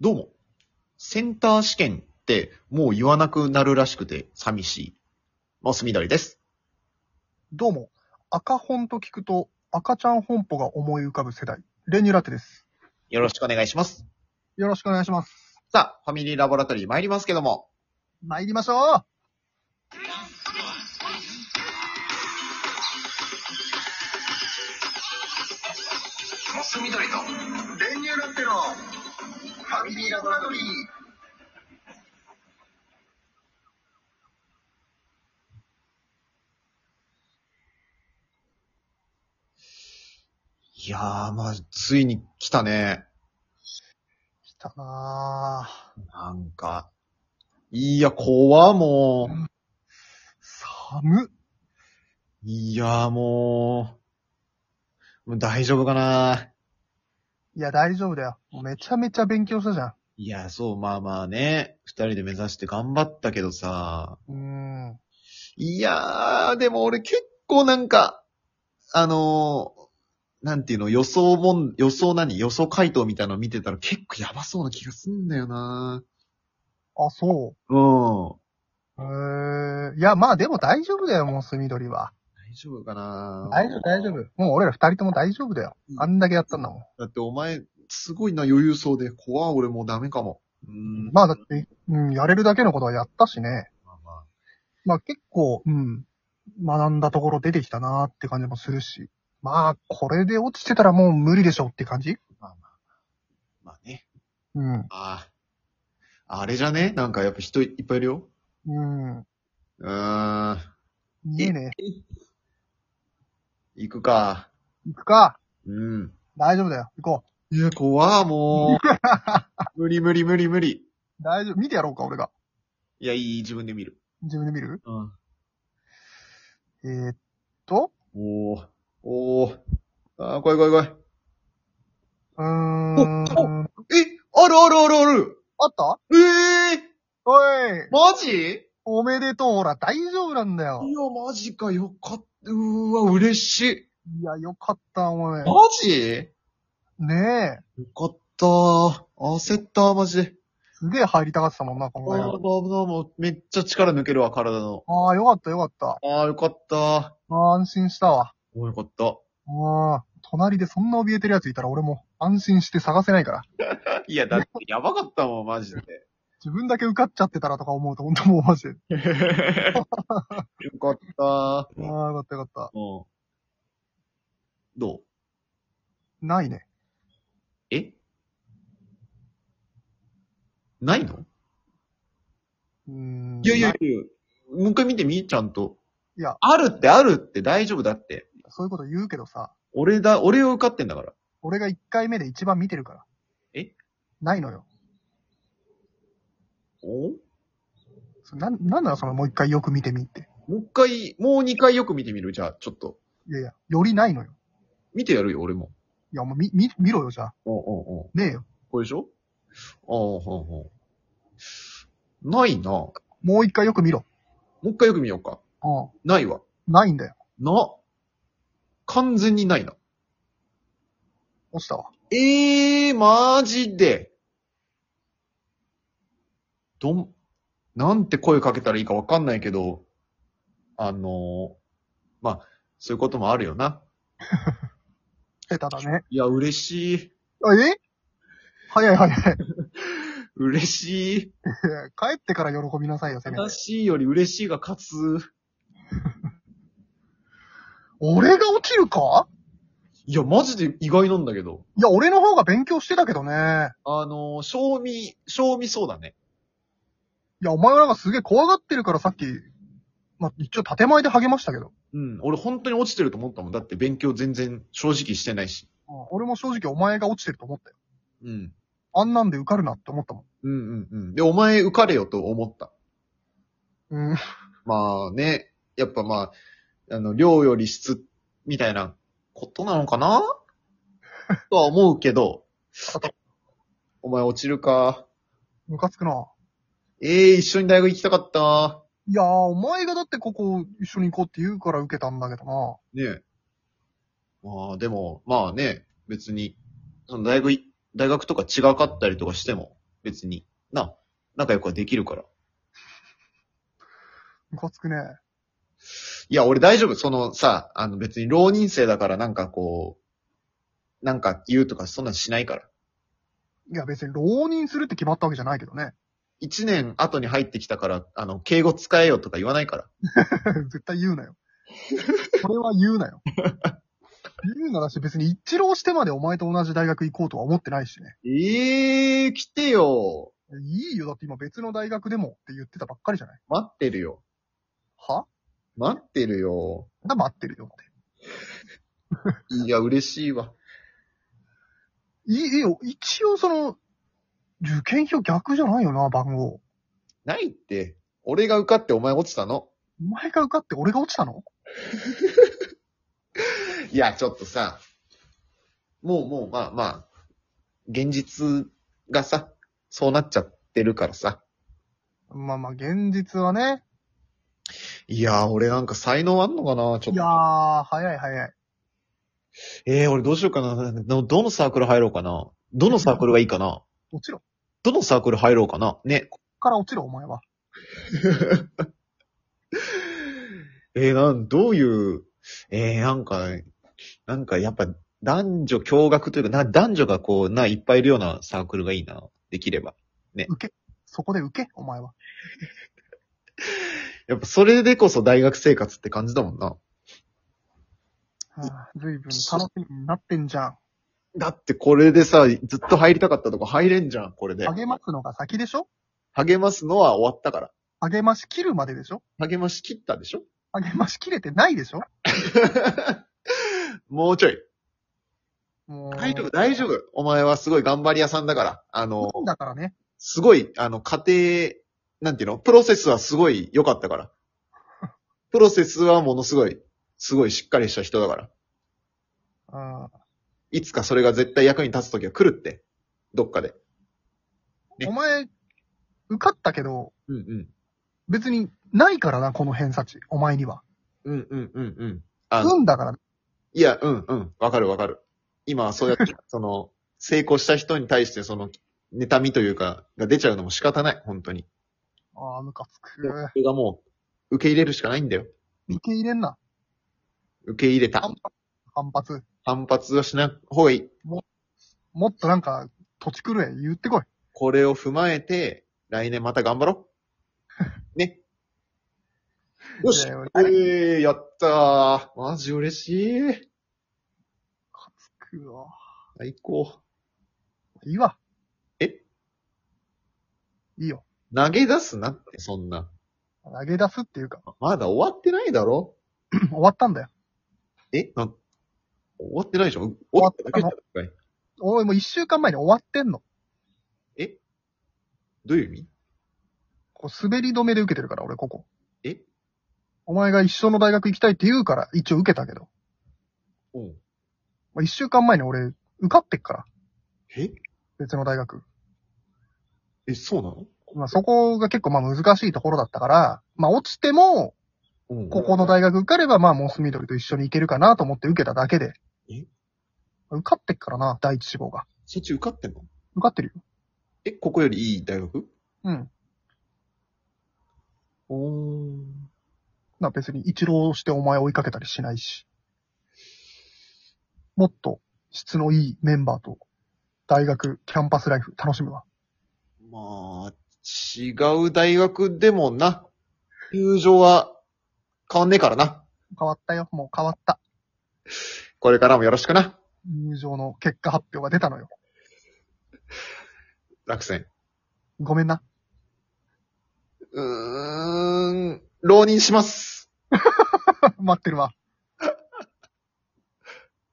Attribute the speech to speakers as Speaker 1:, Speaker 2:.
Speaker 1: どうも、センター試験ってもう言わなくなるらしくて寂しい。モス緑です。
Speaker 2: どうも、赤本と聞くと赤ちゃん本舗が思い浮かぶ世代、レニューラテです。
Speaker 1: よろしくお願いします。
Speaker 2: よろしくお願いします。
Speaker 1: さあ、ファミリーラボラトリー参りますけども、
Speaker 2: 参りましょう
Speaker 3: モス緑と練乳ラッテのファミリーラボラトリー。
Speaker 1: いやー、まあ、ついに来たね。
Speaker 2: 来たなぁ。
Speaker 1: なんか、いや、怖もう。
Speaker 2: 寒っ。
Speaker 1: いやー、もう、もう大丈夫かない
Speaker 2: や、大丈夫だよ。めちゃめちゃ勉強したじゃ
Speaker 1: いや、そう、まあまあね、二人で目指して頑張ったけどさ、
Speaker 2: ん。うーん。
Speaker 1: いやー、でも俺結構なんか、あのー、なんていうの、予想もん、予想何予想回答みたいなの見てたら結構やばそうな気がすんだよな
Speaker 2: あ、そ
Speaker 1: うん。大
Speaker 2: う。へえ。いや、まあでも大丈夫だよ、モス緑は。
Speaker 1: 丈夫かな
Speaker 2: 大丈夫、大丈夫。もう俺ら二人とも大丈夫だよ。あんだけやったんだもん。
Speaker 1: だってお前、すごいな、余裕そうで、怖い俺もうダメかも。うん
Speaker 2: まあだって、うん、やれるだけのことはやったしね。
Speaker 1: まあまあ
Speaker 2: まあ結構、うん、学んだところ出てきたなーって感じもするし。まあ、これで落ちてたらもう無理でしょって感じ
Speaker 1: まあまあ。まあね。
Speaker 2: うん。
Speaker 1: ああ。あれじゃねなんかやっぱ人いっぱいいるよ。
Speaker 2: うん。
Speaker 1: うーん。
Speaker 2: いいね。
Speaker 1: 行くか。
Speaker 2: 行くか。
Speaker 1: うん。
Speaker 2: 大丈夫だよ。行こ
Speaker 1: いや、怖い、も う。無理無理無理無理。
Speaker 2: う。大丈夫。見てやろうか、俺が。
Speaker 1: いや、いい、自分で見る。
Speaker 2: 自分で見る
Speaker 1: うん。
Speaker 2: えー、っと、
Speaker 1: おー、おー。あー、怖い怖い怖い。
Speaker 2: うーん。
Speaker 1: えあるあるあるある
Speaker 2: あった
Speaker 1: ええー、
Speaker 2: おい。
Speaker 1: マジい
Speaker 2: おめでとう。ほら、大丈夫なんだ
Speaker 1: や、
Speaker 2: よ。
Speaker 1: マジか、よかった。うーわ、嬉しい。
Speaker 2: いや、よかった、お前
Speaker 1: マ。ジ
Speaker 2: ねえ。
Speaker 1: よかった。焦った、マジで。
Speaker 2: すげえ入りたがってたもんな、こ
Speaker 1: あー、
Speaker 2: の前
Speaker 1: 危ない、危ないもうめっちゃ力抜けるわ、体の。
Speaker 2: ああ、よかった、よかった。
Speaker 1: あー、よかった。
Speaker 2: ああ、安心したわ。
Speaker 1: おーよかった。
Speaker 2: ああ、隣でそんな怯えてる奴いたら俺も安心して探せないから。
Speaker 1: いや、だって、やばかったもん、マジで。
Speaker 2: 自分だけ受かっちゃってたらとか思うと本当もうマジで。
Speaker 1: よかった。
Speaker 2: ああ、よかったよかっ
Speaker 1: うん。どう
Speaker 2: た。ないね。
Speaker 1: えないの
Speaker 2: うーん。
Speaker 1: いやいや
Speaker 2: ない
Speaker 1: や、もう一回見てみ、ちゃんと。
Speaker 2: いや
Speaker 1: あるってあるって大丈夫だって。
Speaker 2: そういうこと言うけどさ、
Speaker 1: 俺だ、俺を受かってんだから。
Speaker 2: 俺が1回目で一番見てるから。
Speaker 1: え
Speaker 2: ないのよ。
Speaker 1: お
Speaker 2: それなん、なんなのそのもう一回よく見てみって。
Speaker 1: もう一回、もう二回よく見てみるじゃあ、ちょっと。
Speaker 2: いやいや、よりないのよ。
Speaker 1: 見てやるよ、俺も。
Speaker 2: いや、もう見、見、見ろよ、じゃあ。
Speaker 1: うんうんうん。
Speaker 2: ねえよ。
Speaker 1: これでしょああ、うんうん。ないな。も
Speaker 2: もう一回よく見ろ。
Speaker 1: う一回よく見ようか。
Speaker 2: うん。
Speaker 1: ないわ。
Speaker 2: ないんだよ。
Speaker 1: な。完全にないな。
Speaker 2: 落ちたわ。
Speaker 1: ええー、マジで。どん、なんて声かけたらいいかわかんないけど、あのまあ、そういうこともあるよな。
Speaker 2: 下手だね。
Speaker 1: いや、嬉しい。
Speaker 2: あえ早い早い。
Speaker 1: 嬉しい。
Speaker 2: 帰ってから喜びなさいよ、せめて
Speaker 1: 悲。しいより嬉しいが勝つ。
Speaker 2: 俺が落ちるか
Speaker 1: いや、マジで意外なんだけど。
Speaker 2: いや、俺の方が勉強してたけどね。
Speaker 1: あの賞味、賞味そうだね。
Speaker 2: いや、お前はなんかすげえ怖がってるからさっき、まあ、一応建前で励ましたけど。
Speaker 1: うん。俺本当に落ちてると思ったもん。だって勉強全然正直してないし。
Speaker 2: 俺も正直お前が落ちてると思ったよ。
Speaker 1: うん。
Speaker 2: あんなんで受かるなって思ったも
Speaker 1: うんうんうん。で、お前受かれよと思った。
Speaker 2: ん。うん。
Speaker 1: まあね、やっぱまあ、あの、量より質、みたいなことなのかなとは思うけど、お前落ちるか。
Speaker 2: ムカつくな。
Speaker 1: ええ一緒に大学行きたかった。
Speaker 2: いやー、お前がだってここ一緒に行こうって言うから受けたんだけどな。
Speaker 1: ねえ。まあでも、まあね、別に、その大学い、大学とか違かったりとかしても、別に。な、仲良くはできるから。
Speaker 2: ムカつくね。
Speaker 1: いや、俺大丈夫。そのさ、あの別に浪人生だからなんかこう、なんか言うとかそんなんしないから。
Speaker 2: いや別に浪人するって決まったわけじゃないけどね。
Speaker 1: 一年後に入ってきたから、あの、敬語使えよとか言わないから。
Speaker 2: 絶対言うなよ。それは言うなよ。言うなだし別に一浪してまでお前と同じ大学行こうとは思ってないしね。
Speaker 1: ええー、来てよ。
Speaker 2: いいよ、だって今別の大学でもって言ってたばっかりじゃない。
Speaker 1: 待ってるよ。
Speaker 2: は
Speaker 1: 待ってるよ。
Speaker 2: まだ待ってるよって。
Speaker 1: いや、嬉しいわ。
Speaker 2: いいいいよ、一応その、受験票逆じゃないよな、番号。
Speaker 1: ないって。俺が受かってお前落ちたの。
Speaker 2: お前が受かって俺が落ちたの
Speaker 1: いや、ちょっとさ、もうもう、まあまあ、現実がさ、そうなっちゃってるからさ。
Speaker 2: まあまあ、現実はね。
Speaker 1: いやー、俺なんか才能あんのかなちょっ
Speaker 2: い
Speaker 1: と。
Speaker 2: やー、早い早い。
Speaker 1: えー、俺どうしようかな。どどのサークル入ろうかな。どのサークルがいいかな。
Speaker 2: 落ちろ。こ
Speaker 1: どのサークル入ろうかな。ね。
Speaker 2: っから落ちろ、お前は。
Speaker 1: えー、なん、どういう、えー、なんか、なんかやっぱ男女共学というか、な男女がこう、な、いっぱいいるようなサークルがいいな。できれば。
Speaker 2: そこで受け、お前は。
Speaker 1: やっぱそれでこそ大学生活って感じだもんな。
Speaker 2: はあ、随分楽しみになってんじゃん。
Speaker 1: だってこれでさ、ずっと入りたかったとこ入れんじゃん、これで。
Speaker 2: 励ますのが先でしょ
Speaker 1: 励ますのは終わったから。
Speaker 2: 励まし切るまででしょ
Speaker 1: 励まし切ったでしょ
Speaker 2: 励まし切れてないでしょ
Speaker 1: もうちょい。
Speaker 2: もう。
Speaker 1: 大丈夫、大丈夫。お前はすごい頑張り屋さんだから。あの、
Speaker 2: だからね。
Speaker 1: すごい、あの、家庭、なんていうのプロセスはすごい良かったから。プロセスはものすごい、すごいしっかりした人だから。
Speaker 2: うん。
Speaker 1: いつかそれが絶対役に立つ時が来るって。どっかで。ね
Speaker 2: お前、受かったけど、
Speaker 1: うんうん。
Speaker 2: 別にないからな、この偏差値。お前には。
Speaker 1: うんうんうんうん。あの、
Speaker 2: 運だから。
Speaker 1: いや、うんうん。わかるわかる。今はそうやって、その、成功した人に対してその、妬みというか、が出ちゃうのも仕方ない。本当に。
Speaker 2: ああ、ムカつく。
Speaker 1: それがもう、受け入れるしかないんだよ。
Speaker 2: 受け入れんな。
Speaker 1: 受け入れた
Speaker 2: 反。発。反発。
Speaker 1: 反発はしない方がいい。
Speaker 2: もっとなんか、土地狂え、言ってこい。
Speaker 1: これを踏まえて、来年また頑張ろ う。ね。よし。
Speaker 2: いやいや
Speaker 1: えー、やったー。マジ嬉しい。
Speaker 2: くわ
Speaker 1: 最高。
Speaker 2: いいわ。
Speaker 1: え
Speaker 2: いいよ。
Speaker 1: 投げ出すなって、そんな。
Speaker 2: 投げ出すっていうか、
Speaker 1: まだ終わってないだろ
Speaker 2: 終わったんだよ。
Speaker 1: えな、終わってないでしょ終わっただけじゃない
Speaker 2: おい、もう一週間前に終わってんの。
Speaker 1: どういう意味
Speaker 2: こう滑り止めで受けてるから、俺、ここ。
Speaker 1: え
Speaker 2: お前が一緒の大学行きたいって言うから、一応受けたけど。
Speaker 1: うん。
Speaker 2: まあ、一週間前に俺、受かってっから、
Speaker 1: え
Speaker 2: 別の大学。
Speaker 1: え、そうなの
Speaker 2: まあ、そこが結構まあ難しいところだったから、まあ落ちても、
Speaker 1: うん
Speaker 2: ここの大学受かれば、まあモス緑と一緒に行けるかなと思って受けただけで。
Speaker 1: え
Speaker 2: 受かってっからな、第一志望が。
Speaker 1: そっち受かってんの
Speaker 2: 受かってるよ。
Speaker 1: え、ここよりいい大学
Speaker 2: うん。
Speaker 1: おー。
Speaker 2: な、別に一浪してお前追いかけたりしないし。もっと質のいいメンバーと大学、キャンパスライフ楽しむわ。
Speaker 1: まあ、違う大学でもな、友情は変わんねえからな。
Speaker 2: 変わったよ。もう変わった。
Speaker 1: これからもよろしくな、
Speaker 2: 入場の結果発表が出たのよ。
Speaker 1: 落選。
Speaker 2: ごめんな。
Speaker 1: うーん、浪人します。
Speaker 2: 待ってるわ。